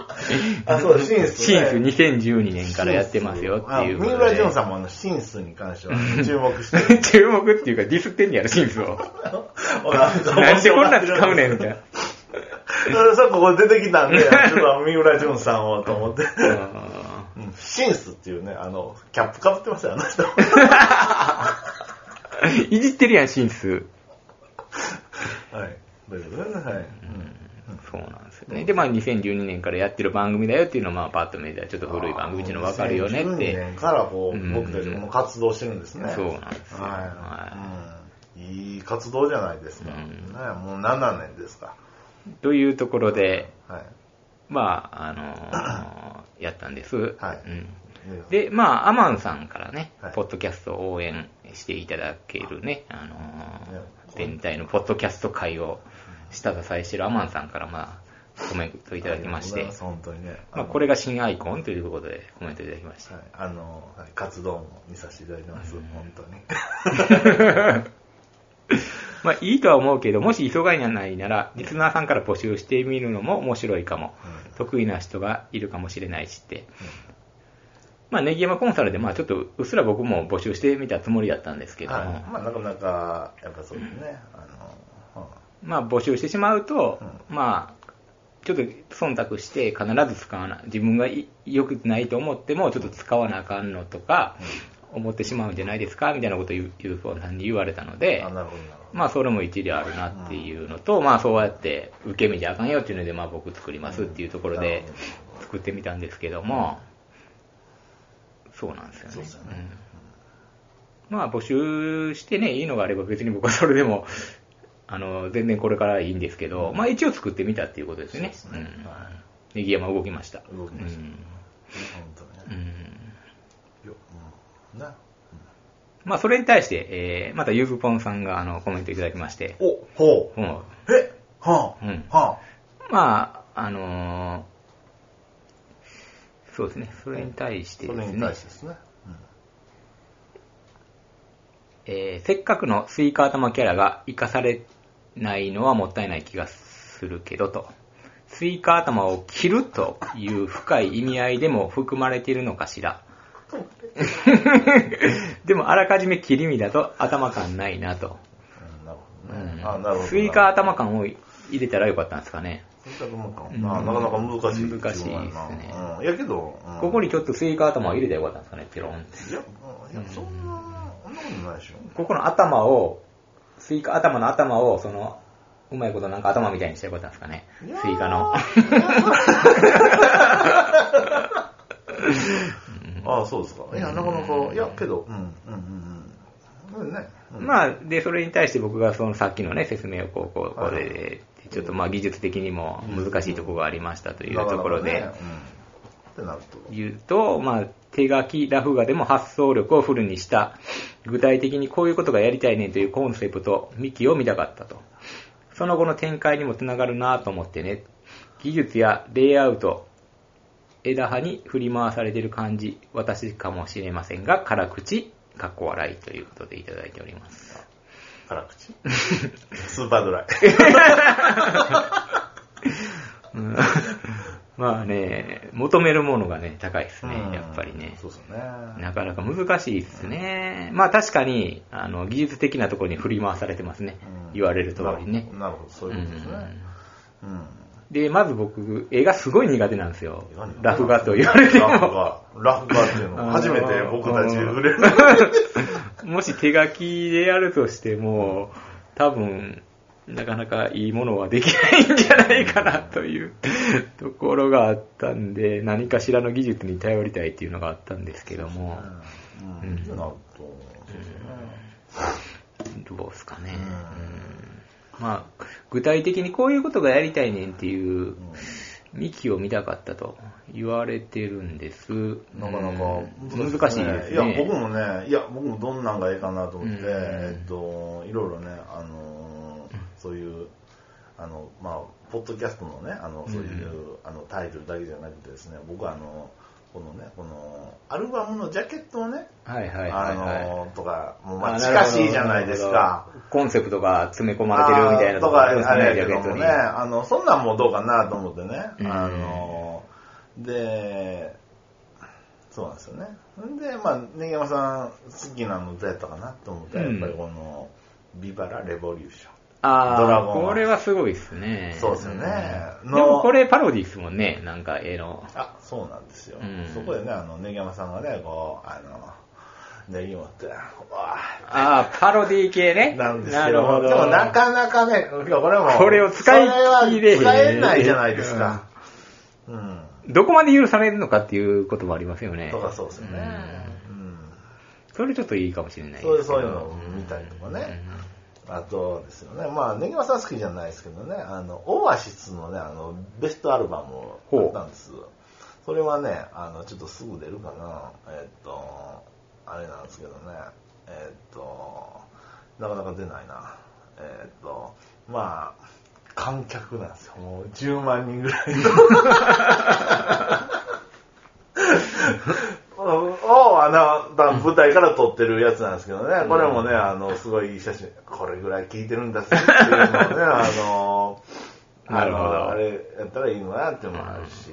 Speaker 2: あ、そうです。シンス、
Speaker 1: シンス2012年からやってますよっていうこと
Speaker 2: あ三
Speaker 1: で。
Speaker 2: 浦淳さんもあの、シンスに関しては注目してる。
Speaker 1: 注目っていうかディスってんねやろ、シンスを。
Speaker 2: ほら
Speaker 1: なんでこんなん使うねんみたいな。
Speaker 2: それさ、ここ出てきたんで、ちょっと三浦淳さんをと思って。うんシンスっていうね、あの、キャップかぶってますよ、あの人。
Speaker 1: うんいじってるやん、シンス。
Speaker 2: はい。ということでね、はい。
Speaker 1: そうなんですよね。で、まあ2012年からやってる番組だよっていうのをまあパッと見たらちょっと古い番組っていうの分かるよね
Speaker 2: 2012
Speaker 1: って。
Speaker 2: 年からこ
Speaker 1: うん
Speaker 2: う、僕たちも活動してるんですね。
Speaker 1: そうなんですよは
Speaker 2: はい。うんいい活動じゃないですか。
Speaker 1: う
Speaker 2: ね
Speaker 1: ん
Speaker 2: もう7年ですか。
Speaker 1: というところで、
Speaker 2: はい。
Speaker 1: まあ、あの ーやったんです。
Speaker 2: はい
Speaker 1: うん
Speaker 2: ね
Speaker 1: で、まあ、アマンさんからね、
Speaker 2: はい
Speaker 1: ポッドキャストを応援していただけるね、あ
Speaker 2: ね
Speaker 1: のー全体のポッドキャスト会を下支えしてるアマンさんから、まあ、コメントいただきまし
Speaker 2: あ
Speaker 1: て、
Speaker 2: りがとうございます本当にね。
Speaker 1: まあ、これが新アイコンということでコメントいただきました。
Speaker 2: はい、あの、はい活動も見させていただいてます、本当に。
Speaker 1: まあ、いいとは思うけど、もし急がないなら、リスナーさんから募集してみるのも面白いかも。
Speaker 2: う
Speaker 1: 得意な人がいるかもしれないしって。まあ、ネギ山コンサルで、まあ、ちょっと、うっすら僕も募集してみたつもりだったんですけども、
Speaker 2: はい、まあ、なかなか、やっぱそうですね、あの、は
Speaker 1: まあ、募集してしまうと、まあ、ちょっと忖度して必ず使わない。自分がい良くないと思っても、ちょっと使わなあかんのとか、思ってしまうんじゃないですかみたいなことを UFO さんに言われたの
Speaker 2: い
Speaker 1: で
Speaker 2: あ、なるほど、なるほど。
Speaker 1: まあ、それも一理あるなっていうのと、まあ、そうやって受け身じゃあかんよっていうので、まあ、僕作りますっていうところで作ってみたんですけども、そうなんですよね。
Speaker 2: そうですよね
Speaker 1: うんまあ、募集してね、いいのがあれば別に僕はそれでも、あの、全然これからいいんですけど、まあ、一応作ってみたっていうことですね。
Speaker 2: そうですね
Speaker 1: うん
Speaker 2: はい
Speaker 1: ネギ山動きました。
Speaker 2: 動きました
Speaker 1: うん
Speaker 2: 本当に
Speaker 1: う
Speaker 2: ね。
Speaker 1: ん
Speaker 2: ようんな
Speaker 1: まあ、それに対して、えーまたゆずぽんさんがあのコメントいただきまして、
Speaker 2: お、ほう。
Speaker 1: うん
Speaker 2: え、はあ、
Speaker 1: うん
Speaker 2: は
Speaker 1: まあ、あのーそうですね、それに対し
Speaker 2: あ。
Speaker 1: て
Speaker 2: そ
Speaker 1: で
Speaker 2: れ
Speaker 1: す
Speaker 2: に
Speaker 1: ね
Speaker 2: 対し、てですね。
Speaker 1: えーせっかくのスイカ頭キャラが生かされないのはもったいない気がするけどと。スイカ頭を切るという深い意味合いでも含まれているのかし ら。でもあらかじめ切り身だと頭感ないなと。
Speaker 2: うん、なるほ
Speaker 1: う
Speaker 2: どね。
Speaker 1: ん
Speaker 2: あ、なるほど。
Speaker 1: スイカ。頭感を入れたらよかったんですかね。
Speaker 2: そういったもんかも
Speaker 1: うん
Speaker 2: な。なかなか難しい。
Speaker 1: 難しいですね
Speaker 2: うん。やけど、うん
Speaker 1: ここにちょっとスイカ頭を入れたらよかったんですかね、ペロンって。
Speaker 2: いや、うんいやそんな、そんなことないでしょ。
Speaker 1: ここの頭を、スイカ頭の頭を、その、うまいことなんか頭みたいにしてよかったんですかね。ス
Speaker 2: いやー
Speaker 1: イカ の。
Speaker 2: ああ、そうですか。いや、なかなか、いや、けど、うん、うん、うん。うん。ね。あ、
Speaker 1: まあ、で、それに対して僕がそのさっきのね、説明をこう、こう、こ
Speaker 2: はい
Speaker 1: れで、ちょっとまあ技術的にも難しいところがありましたというところ
Speaker 2: なか
Speaker 1: で
Speaker 2: なかねうん。ってなると。
Speaker 1: 言うと、まあ、手書き、ラフ画でも発想力をフルにした、具体的にこういうことがやりたいねんというコンセプト、ミキを見たかったと。その後の展開にもつながるなと思ってね、技術やレイアウト、枝葉に振り回されてる感じ、私かもしれませんが、辛口、かっこ笑いということでいただいております。
Speaker 2: 辛口。 スーパードライ。
Speaker 1: うん まあね、求めるものがね、高いですね
Speaker 2: う、ん
Speaker 1: やっぱりね。
Speaker 2: そうですよね。
Speaker 1: なかなか難しいですね。まあ確かに、あの、技術的なところに振り回されてますね
Speaker 2: うん。
Speaker 1: 言われる通りね。
Speaker 2: なるほど、そういうことですね。うん。
Speaker 1: で、まず僕、絵がすごい苦手なんですよ
Speaker 2: いかにも。
Speaker 1: ラフ画と言われて
Speaker 2: ラフ
Speaker 1: も。
Speaker 2: が、ラフがっていうの、初めて僕たちで触れる。
Speaker 1: もし手書きでやるとしても、多分、なかなかいいものはできないんじゃないかなという ところがあったんで、何かしらの技術に頼りたいっていうのがあったんですけども、
Speaker 2: うん。うん。ってなると、そうですよね。
Speaker 1: どうですかね。うんまあ、具体的にこういうことがやりたいねんっていう、ミキを見たかったと言われてるんです。
Speaker 2: なか
Speaker 1: う
Speaker 2: なか
Speaker 1: ん難しいですね。
Speaker 2: いや、僕もね、いや、僕もどんなんがいいかなと思って、
Speaker 1: うん
Speaker 2: えっと、いろいろね、あのー、そういう、あの、まあ、ポッドキャストのね、あの、そういう、あの、タイトルだけじゃなくてですね、僕はあの、このね、この、アルバムのジャケットをね、
Speaker 1: はいはいはい、はい。
Speaker 2: あのー、とか、もうま
Speaker 1: な
Speaker 2: あ、
Speaker 1: るほ
Speaker 2: 近
Speaker 1: ど
Speaker 2: しいじゃないですか。。
Speaker 1: コンセプトが詰め込まれてるみたいな
Speaker 2: あーと
Speaker 1: あ
Speaker 2: か
Speaker 1: ります
Speaker 2: あれやけ
Speaker 1: ジャ
Speaker 2: ど
Speaker 1: ケッ
Speaker 2: も
Speaker 1: トに
Speaker 2: ね、あの、そんなんもどうかなと思ってね。
Speaker 1: うん
Speaker 2: あの、で、そうなんですよね。んで、まあ、根山さん好きなのどうやったかなと思ったら、
Speaker 1: う
Speaker 2: やっ
Speaker 1: ん
Speaker 2: ぱりこの、ビバラレボリューション。ドラ
Speaker 1: あ
Speaker 2: ゴ
Speaker 1: あ、
Speaker 2: ン
Speaker 1: これはすごいですね。
Speaker 2: そうですよね
Speaker 1: うん
Speaker 2: の
Speaker 1: でもこれパロディですもんね、なんか絵の。
Speaker 2: あ、そうなんですよ。
Speaker 1: うん
Speaker 2: そこでね、あの、根山さんがね、こう、あの、ネギ持って、わあ
Speaker 1: ああ、パロディ系ね。
Speaker 2: なんです
Speaker 1: な
Speaker 2: け
Speaker 1: る
Speaker 2: ど
Speaker 1: ほ
Speaker 2: も、
Speaker 1: ど。
Speaker 2: でもなかなかね、いやこれも、
Speaker 1: これを使い
Speaker 2: それは
Speaker 1: 切れへん
Speaker 2: 使えないじゃないですか。うん
Speaker 1: どこまで許されるのかっていうこともありますよね。
Speaker 2: とかそうですよね。
Speaker 1: それちょっといいかもしれない
Speaker 2: うん
Speaker 1: ですけ
Speaker 2: そうい
Speaker 1: ど
Speaker 2: うそういうのを見たりとかね。あとですよね、まあ、ネギマさん好きじゃないですけどね、あの、オアシスのね、あの、ベストアルバムを買ったんです。それはね、あの、ちょっとすぐ出るかな。えっと、あれなんですけどね、えっと、なかなか出ないな。えっと、まあ、観客なんですよ。もう10万人ぐらいの。を、あの、舞台から撮ってるやつなんですけどね、これもね、あの、すごいいい写真、これぐらい聞いてるんだっていうのをね、あ の、
Speaker 1: なるほど
Speaker 2: あのあれやったらいいのなっていうのもあるし、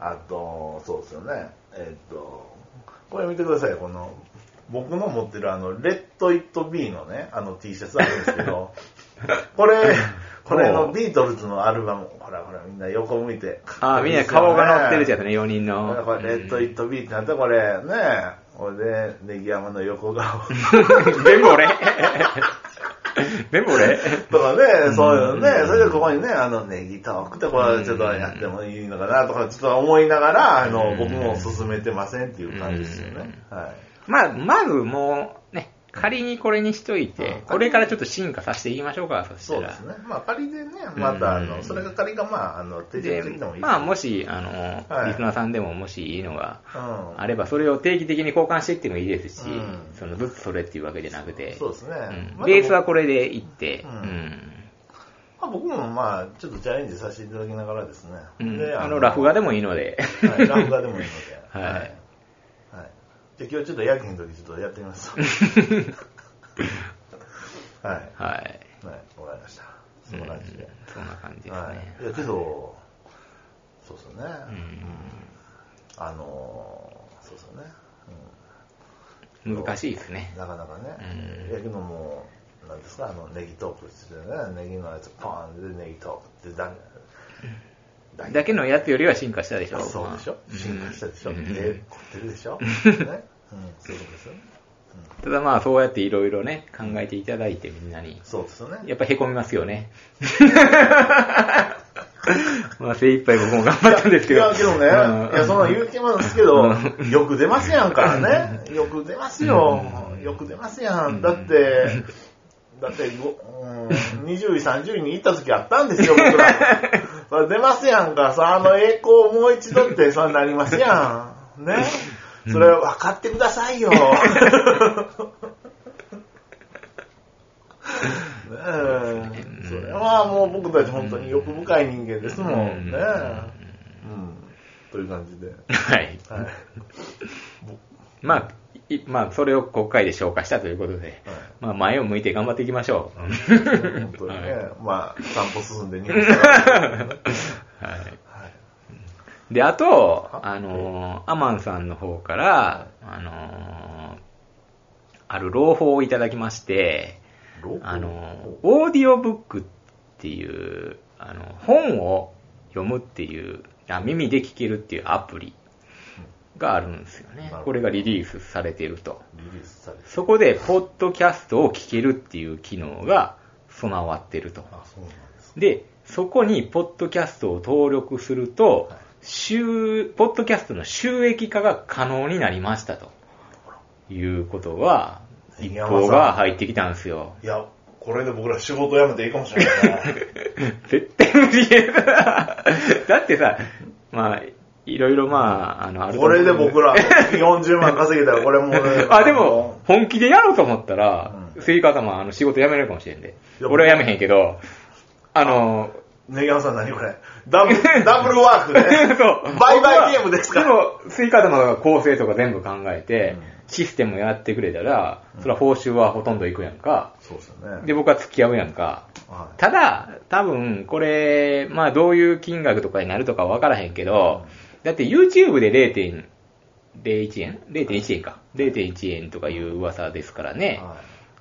Speaker 2: あと、そうですよね、えっと、これ見てください、この、僕の持ってるあの、レッド・イット・ビーのね、あの T シャツあるんですけ ど、これ、これのビートルズのアルバム、ほらほらみんな横向いて。
Speaker 1: ああ、みんな顔が乗ってるじゃ
Speaker 2: ん
Speaker 1: んね、4人の。
Speaker 2: これ、レッド・イット・ビーってなったらこれ、ねこれで、ネギ山の 横顔
Speaker 1: 全部俺 全部俺
Speaker 2: とかね、そういうのね、それでここにね、あの、ネギトークってこれちょっとやってもいいのかなとか、ちょっと思いながら、あの、僕も勧めてませんっていう感じですよね。はい。
Speaker 1: まあ、まずもうね、仮にこれにしとい
Speaker 2: うん
Speaker 1: て、これからちょっと進化させていきましょうか、そした
Speaker 2: そうで
Speaker 1: ら
Speaker 2: す。ね。まあ、仮でね、また、あ
Speaker 1: う
Speaker 2: の、
Speaker 1: ん
Speaker 2: それが仮が、まあ、あの、定
Speaker 1: で
Speaker 2: 着的でもいい。
Speaker 1: まあ、も
Speaker 2: し、
Speaker 1: し、あの、
Speaker 2: はい
Speaker 1: リスナーさんでももしいいのが
Speaker 2: うん。
Speaker 1: あれば、それを定期的に交換していってもいいですし、
Speaker 2: うん
Speaker 1: そのずっとそれっていうわけじゃなくて、
Speaker 2: そうですね
Speaker 1: うん。
Speaker 2: まあ
Speaker 1: ベースはこれでいって、
Speaker 2: うん
Speaker 1: うん
Speaker 2: まあ、僕も、まあ、ちょっとチャレンジさせていただきながらですね。
Speaker 1: うん
Speaker 2: で
Speaker 1: あの、ラフ画でもいいので、。
Speaker 2: はい、ラフ画でもいいので
Speaker 1: はい
Speaker 2: はい。じゃあ今日ちょっと夜勤の時ちょっとやってみ ます。はい。はい、
Speaker 1: はい。
Speaker 2: わかりました。そんな感じで。
Speaker 1: うんそんな感じですね。
Speaker 2: はい。いや、けど、そうですよ
Speaker 1: う
Speaker 2: ね。
Speaker 1: ん
Speaker 2: あのー、そうですよね。
Speaker 1: 難しいですね
Speaker 2: うん。。なかなかね。
Speaker 1: うん
Speaker 2: いやけどもう、なんですか、あの、ネギトークしてね、ネギのやつポーンでネギトークってだ、
Speaker 1: だけのやつよりは進化したでしょ。
Speaker 2: そうでしょ
Speaker 1: まあ
Speaker 2: 進化したでしょ
Speaker 1: う
Speaker 2: で
Speaker 1: ん
Speaker 2: 凝ってるでしょねうん、そういうことですよね。うん
Speaker 1: ただまあ、そうやっていろいろね、考えていただいてみんなに。
Speaker 2: そうですよね。
Speaker 1: やっぱ凹みますよね。 まあ、精一杯僕も頑張ったんですけど。
Speaker 2: いや、けどね、
Speaker 1: うん
Speaker 2: いや、そんなん言うてますけど、よく出ますやんからね。よく出ますよ。よく出ますやん。だって、だってご、うん、20位、30位に行った時あったんですよ、僕 ら。それ出ますやんか。さ、あの栄光をもう一度って、そうなりますやん。ね。それは分かってくださいよ。ねえそれはもう僕たち本当に欲深い人間ですもんね。うん。という感じで。
Speaker 1: はい。
Speaker 2: はい。はい。
Speaker 1: まあ、いまあ、それを国会で消化したということで、まあ、前を向いて頑張っていきましょう。
Speaker 2: 本当にね、まあ、散歩進んで2 分から。
Speaker 1: はい。
Speaker 2: はい。
Speaker 1: で、あと、
Speaker 2: あ
Speaker 1: あのーアマンさんの方から、あのーある朗報をいただきまして、
Speaker 2: ロ
Speaker 1: あのーオーディオブックっていう、あの、本を読むっていう、あ耳で聞けるっていうアプリがあるんですよ
Speaker 2: なる
Speaker 1: ね
Speaker 2: ほど。
Speaker 1: これがリリースされていると。
Speaker 2: リリースされて。
Speaker 1: そこで、ポッドキャストを聞けるっていう機能が備わってると。
Speaker 2: あ、そうなんです
Speaker 1: で、そこにポッドキャストを登録すると
Speaker 2: はい、
Speaker 1: 収ポッドキャストの収益化が可能になりましたということは、一報が入ってきたんですよ。
Speaker 2: いや、これで僕ら仕事辞めていいかもしれないね。
Speaker 1: 絶対無理や なだってさ、まあ、いろいろまあ、あの、 あると
Speaker 2: こ
Speaker 1: 思う
Speaker 2: れで僕ら40万稼げたら、これもうね
Speaker 1: あ、でも、、本気でやろうと思ったら、
Speaker 2: うん
Speaker 1: スイカ様、あの、仕事辞めれるかもしれんで。
Speaker 2: いや
Speaker 1: 俺は辞めへんけど、あの、。
Speaker 2: ネギ山さん何これダブル、ダブルワーク ね
Speaker 1: そう。
Speaker 2: バイバイゲームですか
Speaker 1: でも、スイカ玉が構成とか全部考えて
Speaker 2: うん、
Speaker 1: システムやってくれたら、それは報酬はほとんどいくやんか。
Speaker 2: そうですよね。
Speaker 1: で、僕は付き合うやんか。
Speaker 2: は
Speaker 1: ただ、多分、これ、まあ、どういう金額とかになるとかわからへんけど、だって YouTube で0.01円 ?0.1 円か。0.1円とかいう噂ですから
Speaker 2: い。
Speaker 1: ね。
Speaker 2: は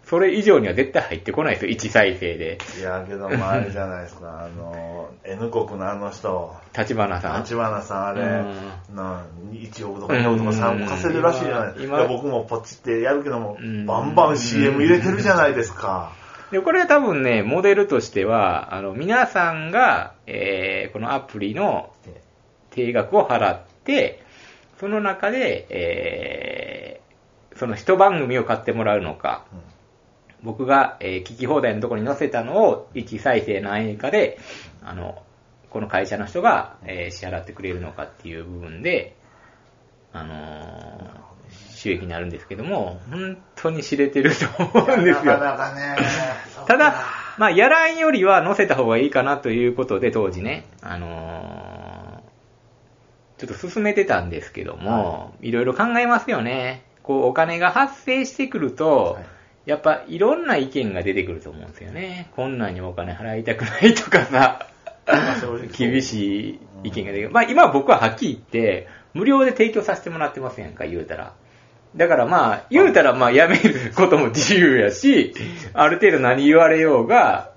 Speaker 1: それ以上には絶対入ってこないですよ、1再生で。
Speaker 2: い、いや、けどもあれじゃないですか、あの、N 国のあの人、
Speaker 1: 立花さん。
Speaker 2: 立花さんあれ
Speaker 1: う、
Speaker 2: な1億とか2億とか3億稼いでるらしいじゃないです
Speaker 1: 今
Speaker 2: か。いや僕もポチってやるけども
Speaker 1: うん、
Speaker 2: バンバン CM 入れてるじゃないですか。
Speaker 1: で、これは多分ね、モデルとしては、あの、皆さんが、えーこのアプリの定額を払って、その中で、えーその一番組を買ってもらうのか、
Speaker 2: うん
Speaker 1: 僕が、えー聞き放題のところに載せたのを1再生何円かで、あの、この会社の人が、えー支払ってくれるのかっていう部分で、あのー収益になるんですけども、本当に知れてると思うんですよ。
Speaker 2: なかなかね。
Speaker 1: ただ、まあ、やらんよりは乗せた方がいいかなということで、当時ね、あのーちょっと進めてたんですけども、い、ろいろ考えますよね。こう、お金が発生してくると、
Speaker 2: はい
Speaker 1: やっぱいろんな意見が出てくると思うんですよね。こんなんにお金払いたくないとかさ
Speaker 2: まあ正直そう、
Speaker 1: 厳しい意見が出てくる。まあ今僕ははっきり言って、無料で提供させてもらってますやんか、言うたら。だからまあ、言うたらまあやめることも自由やし、ある程度何言われようが、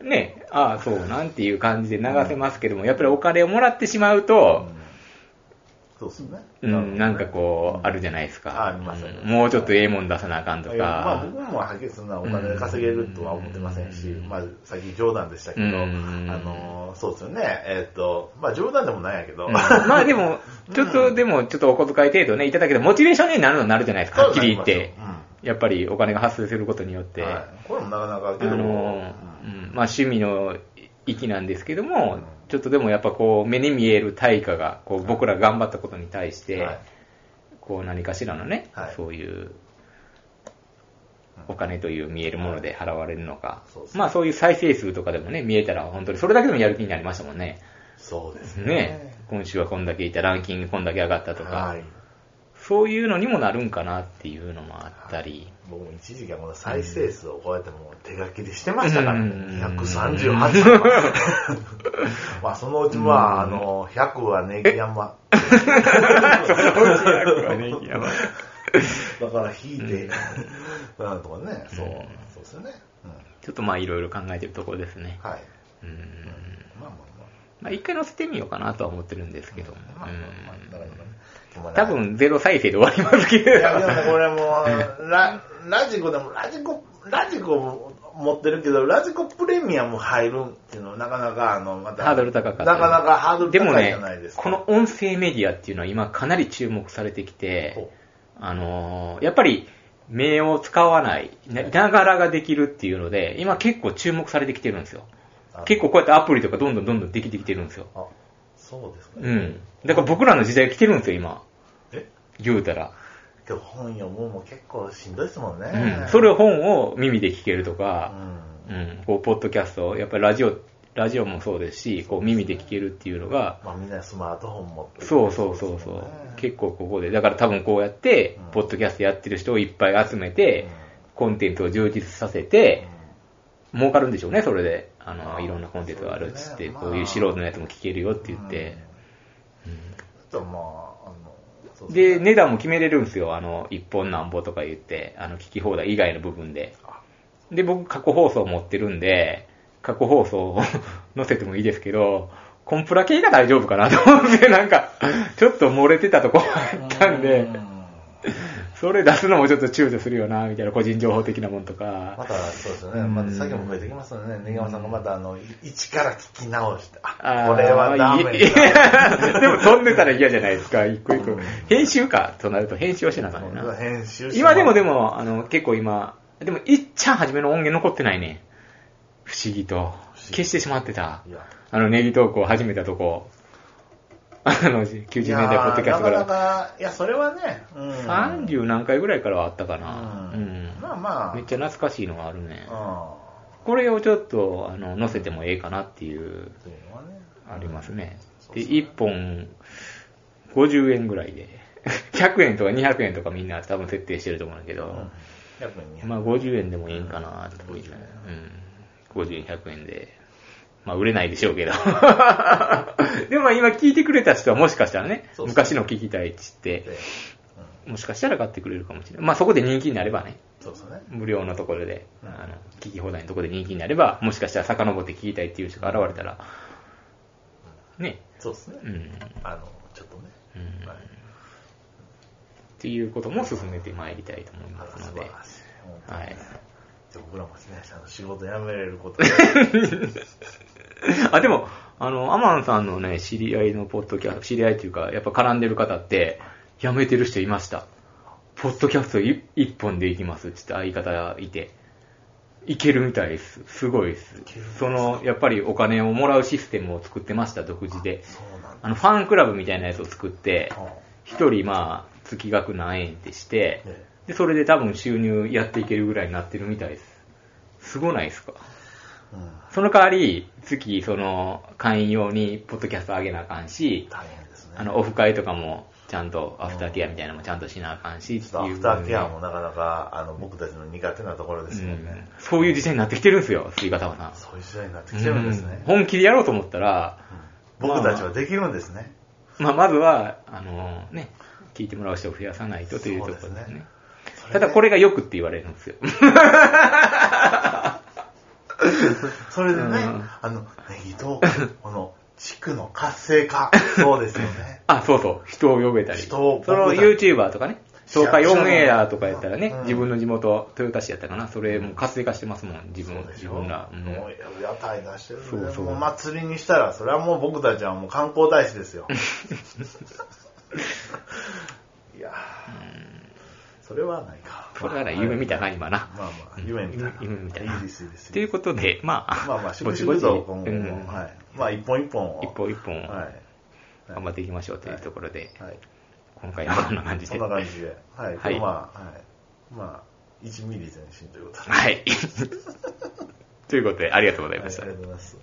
Speaker 1: ね、ああ、そうなんていう感じで流せますけども、やっぱりお金をもらってしまう
Speaker 2: う
Speaker 1: と
Speaker 2: ん、そうですね。
Speaker 1: うん、なんかこう、あるじゃ
Speaker 2: ない
Speaker 1: ないです
Speaker 2: ああ
Speaker 1: か
Speaker 2: りますよね。
Speaker 1: うんもうちょっとええもん出さなあかんと
Speaker 2: いやまあ
Speaker 1: か。
Speaker 2: 僕もはっきりそんなお金で稼げるとは思ってませんし、
Speaker 1: うん
Speaker 2: まあさっき冗談でしたけど、
Speaker 1: うん
Speaker 2: あの、そうですよね。えっ、と、まあ冗談でもないんやけど、
Speaker 1: う んまあでも、ちょっと、でも、ちょっとお小遣い程度ね、いただけど、モチベーションになるのになるじゃないですか、はっきり言って。
Speaker 2: うん。
Speaker 1: やっぱりお金が発生することによって、
Speaker 2: はい、これもなかなか
Speaker 1: あ
Speaker 2: けど
Speaker 1: の
Speaker 2: も、
Speaker 1: うんまあ、趣味の域なんですけども、
Speaker 2: うん
Speaker 1: ちょっとでもやっぱこう目に見える対価がこう僕ら頑張ったことに対して、
Speaker 2: はい
Speaker 1: こう何かしらのね、
Speaker 2: はい
Speaker 1: そういうお金という見えるもので払われるのか、
Speaker 2: そうですね
Speaker 1: まあそういう再生数とかでもね、見えたら本当にそれだけでもやる気になりましたもんね。
Speaker 2: そうですね
Speaker 1: ね、今週はこんだけいた、ランキングこんだけ上がったとか、
Speaker 2: はい
Speaker 1: そういうのにもなるんかなっていうのもあったり。
Speaker 2: 僕も一時期はこの再生数をこうやってもう手書きでしてましたからね、
Speaker 1: うん
Speaker 2: 238とかまあそのうちまあ、あの100はネギ山だから引いて、なんとかねそう、
Speaker 1: うん
Speaker 2: そうですよね、うん、
Speaker 1: ちょっとまあいろいろ考えてるところですね。
Speaker 2: はい、
Speaker 1: うん
Speaker 2: まあまあまあ
Speaker 1: まあ一回載せてみようかなとは思ってるんですけど。
Speaker 2: まあまあまあなかなかねでも
Speaker 1: うん
Speaker 2: ね
Speaker 1: 多分ゼロ再生で終わりますけど。
Speaker 2: いや、でもねこれもう、ラ、ラジコでも、ラジコ、ラジコも持ってるけど、ラジコプレミアム入るっていうのはなかなか、あの、また、
Speaker 1: ハードル高かったね
Speaker 2: なかなかハードル
Speaker 1: でも
Speaker 2: 高いじ
Speaker 1: ね
Speaker 2: ゃないです、か。
Speaker 1: この音声メディアっていうのは今かなり注目されてきて
Speaker 2: ほ、
Speaker 1: あのーやっぱり目を使わない、なながらができるっていうので、今結構注目されてきてるんですよ。
Speaker 2: あの
Speaker 1: 結構こうやってアプリとかどんどんどんどんできてきてるんですよ。
Speaker 2: あ、そうですか
Speaker 1: う
Speaker 2: ね。
Speaker 1: ん。だから僕らの時代来てるんですよ、今。
Speaker 2: え
Speaker 1: 言うたら。
Speaker 2: 今日本読むのも結構しんどいですもんね。
Speaker 1: うん。それを本を耳で聞けると
Speaker 2: う
Speaker 1: か、
Speaker 2: ん。
Speaker 1: うん。こう、ポッドキャスト、やっぱりラジオ、ラジオもそうですし、こう耳で聞けるっていうのが、
Speaker 2: まあみんなスマートフォン持ってる
Speaker 1: そうそうそうそう。
Speaker 2: ですよね
Speaker 1: 結構ここで、だから多分こうやって
Speaker 2: うん、
Speaker 1: ポッドキャストやってる人をいっぱい集めて
Speaker 2: うん、
Speaker 1: コンテンツを充実させ
Speaker 2: う
Speaker 1: て
Speaker 2: ん、
Speaker 1: 儲かるんでしょうね、それで。あの、
Speaker 2: あー
Speaker 1: いろんなコンテンツがあるっつって、
Speaker 2: そうですねまあ
Speaker 1: こういう素人のやつも聞けるよって言って。うん
Speaker 2: あとまあ、あの、そうすね
Speaker 1: で、値段も決めれるんですよ。あの、一本なんぼとか言って、あの、聞き放題以外の部分で。
Speaker 2: あ
Speaker 1: で、僕、過去放送持ってるんで、過去放送を 載せてもいいですけど、コンプラ系が大丈夫かなと思って、なんか、ちょっと漏れてたとこもあったん
Speaker 2: う
Speaker 1: で、
Speaker 2: ん
Speaker 1: それ出すのもちょっと躊躇するよな、みたいな、個人情報的なもんと
Speaker 2: ま
Speaker 1: か。
Speaker 2: たそうですよね、また作業も増えてきますよね、根山さんがまたあのい一から聞き直して、あ
Speaker 1: ー
Speaker 2: これはダメ
Speaker 1: い
Speaker 2: だ、
Speaker 1: やでも飛んでたら嫌じゃないですか、一個一個
Speaker 2: うん。
Speaker 1: 編集か、となると編集をしなあかんねんな。
Speaker 2: 編集して
Speaker 1: 今でもで、も、あの、結構今、でも、いっちゃん初めの音源残ってないね。不思議と。
Speaker 2: 議
Speaker 1: 消してしまってた
Speaker 2: い。や
Speaker 1: あの、ネギ投稿始めたとこ。あの、90年
Speaker 2: いや
Speaker 1: 代ポッドキャストか。
Speaker 2: なからなか、いや、それはね、うん、
Speaker 1: 30何回ぐらいからはあったかな。う
Speaker 2: うんん。まあまあ、
Speaker 1: めっちゃ懐かしいのがあるね。
Speaker 2: う
Speaker 1: これをちょっと、あの、載せてもええかなっていう、
Speaker 2: ん、というのはね、
Speaker 1: ありますね。
Speaker 2: そう
Speaker 1: で、
Speaker 2: そう
Speaker 1: 1本、50円ぐらいで。100円とか200円とかみんな多分設定してると思うんだけど。
Speaker 2: うん、やっぱりね、
Speaker 1: まあ50円でもいいんかなと思って、うん、50円、100円で。まあ売れないでしょうけど。 でもまあ今聞いてくれた人はもしかしたらね、
Speaker 2: そうそう
Speaker 1: 昔の聞きたいっつっ
Speaker 2: で
Speaker 1: て、
Speaker 2: うん、
Speaker 1: もしかしたら買ってくれるかもしれない。まあそこで人気になればね、
Speaker 2: そうですね、
Speaker 1: 無料のところで、
Speaker 2: うん
Speaker 1: あの、聞き放題のところで人気になれば、もしかしたら遡って聞きたいっていう人が現れたら、ね、
Speaker 2: そうですね、
Speaker 1: うん、うん。
Speaker 2: あの、ちょっとね、はい
Speaker 1: っていうことも進めてまいりたいと思い
Speaker 2: あ
Speaker 1: ま
Speaker 2: ら
Speaker 1: すの
Speaker 2: 素晴
Speaker 1: で、
Speaker 2: らしい、本当に
Speaker 1: は
Speaker 2: ね
Speaker 1: い。
Speaker 2: じゃあ僕らもですね、あの仕事辞めれること で、
Speaker 1: あ、でも、あの、アマンさんのね、知り合いのポッドキャスト、知り合いというか、やっぱ絡んでる方って、辞めてる人いました。ポッドキャストい一本でいきますって言った相方いて、いけるみたいです。すごいです
Speaker 2: けるんで。す
Speaker 1: その、やっぱりお金をもらうシステムを作ってました、独自で。
Speaker 2: そうなんだ。
Speaker 1: あの、ファンクラブみたいなやつを作って、
Speaker 2: う
Speaker 1: 一人まあ、月額何円ってして
Speaker 2: ん、ね
Speaker 1: で、それで多分収入やっていけるぐらいになってるみたいです。すごないですか
Speaker 2: うん
Speaker 1: その代わり、月、その、会員用に、ポッドキャストあげなあかんし、
Speaker 2: 大変ですね。
Speaker 1: あの、オフ会とかも、ちゃんと、アフターケアみたいなのもちゃんとしなあかんし、
Speaker 2: ちょっとアフターケアもなかなか、あの、僕たちの苦手なところで
Speaker 1: って
Speaker 2: す
Speaker 1: いう
Speaker 2: も
Speaker 1: うん
Speaker 2: ね
Speaker 1: ん。そういう時代になってきてるんですよ、スイカタマさん。
Speaker 2: そういう時代になってきてるんです
Speaker 1: うん
Speaker 2: ね。
Speaker 1: 本気でやろうと思ったら、
Speaker 2: うん僕たちはできるんですね。
Speaker 1: まあ、まずは、あの、ね、聞いてもらう人を増やさないとというところです
Speaker 2: そうです
Speaker 1: ね
Speaker 2: ね。
Speaker 1: ただ、これがよくって言われるんですよ。
Speaker 2: それでね、
Speaker 1: うん
Speaker 2: あの、ネギと、この、地区の活性化。そうですよね。
Speaker 1: あ、そうそう、人を呼べたり。
Speaker 2: 人を
Speaker 1: その YouTuber とかね、東海オンエアとかやったらね、
Speaker 2: うん
Speaker 1: 自分の地元、豊田市やったかな、それも活性化してますもん、自分
Speaker 2: そう、でし
Speaker 1: 自
Speaker 2: ょ
Speaker 1: 分ら。うん
Speaker 2: もう屋台出してるんで
Speaker 1: そうそう
Speaker 2: もう祭りにしたら、それはもう僕たちはもう観光大使ですよ。いやーそれはないか。
Speaker 1: それから夢見たな、今な。
Speaker 2: まあまあ、夢みたいな。
Speaker 1: 夢みたいな。
Speaker 2: いいです、いいです。
Speaker 1: ということで、まあ、
Speaker 2: まあまあ、し
Speaker 1: ぼ
Speaker 2: ぶ
Speaker 1: ち
Speaker 2: し
Speaker 1: ぼ
Speaker 2: ぶ
Speaker 1: ち、
Speaker 2: と、今後
Speaker 1: うん
Speaker 2: も、はい。まあ、一本一本を。
Speaker 1: 一本一本
Speaker 2: はい。
Speaker 1: 頑張っていきましょうというところで、
Speaker 2: はい。
Speaker 1: 今回はこんな感じ
Speaker 2: そ
Speaker 1: で。
Speaker 2: んな
Speaker 1: は
Speaker 2: 感じで。はい。
Speaker 1: はい
Speaker 2: まあ、はい。まあ、1ミリ前進ということで。
Speaker 1: い。ということで、ありがとうござい
Speaker 2: はいあ
Speaker 1: ま
Speaker 2: り
Speaker 1: した
Speaker 2: がと。うございます。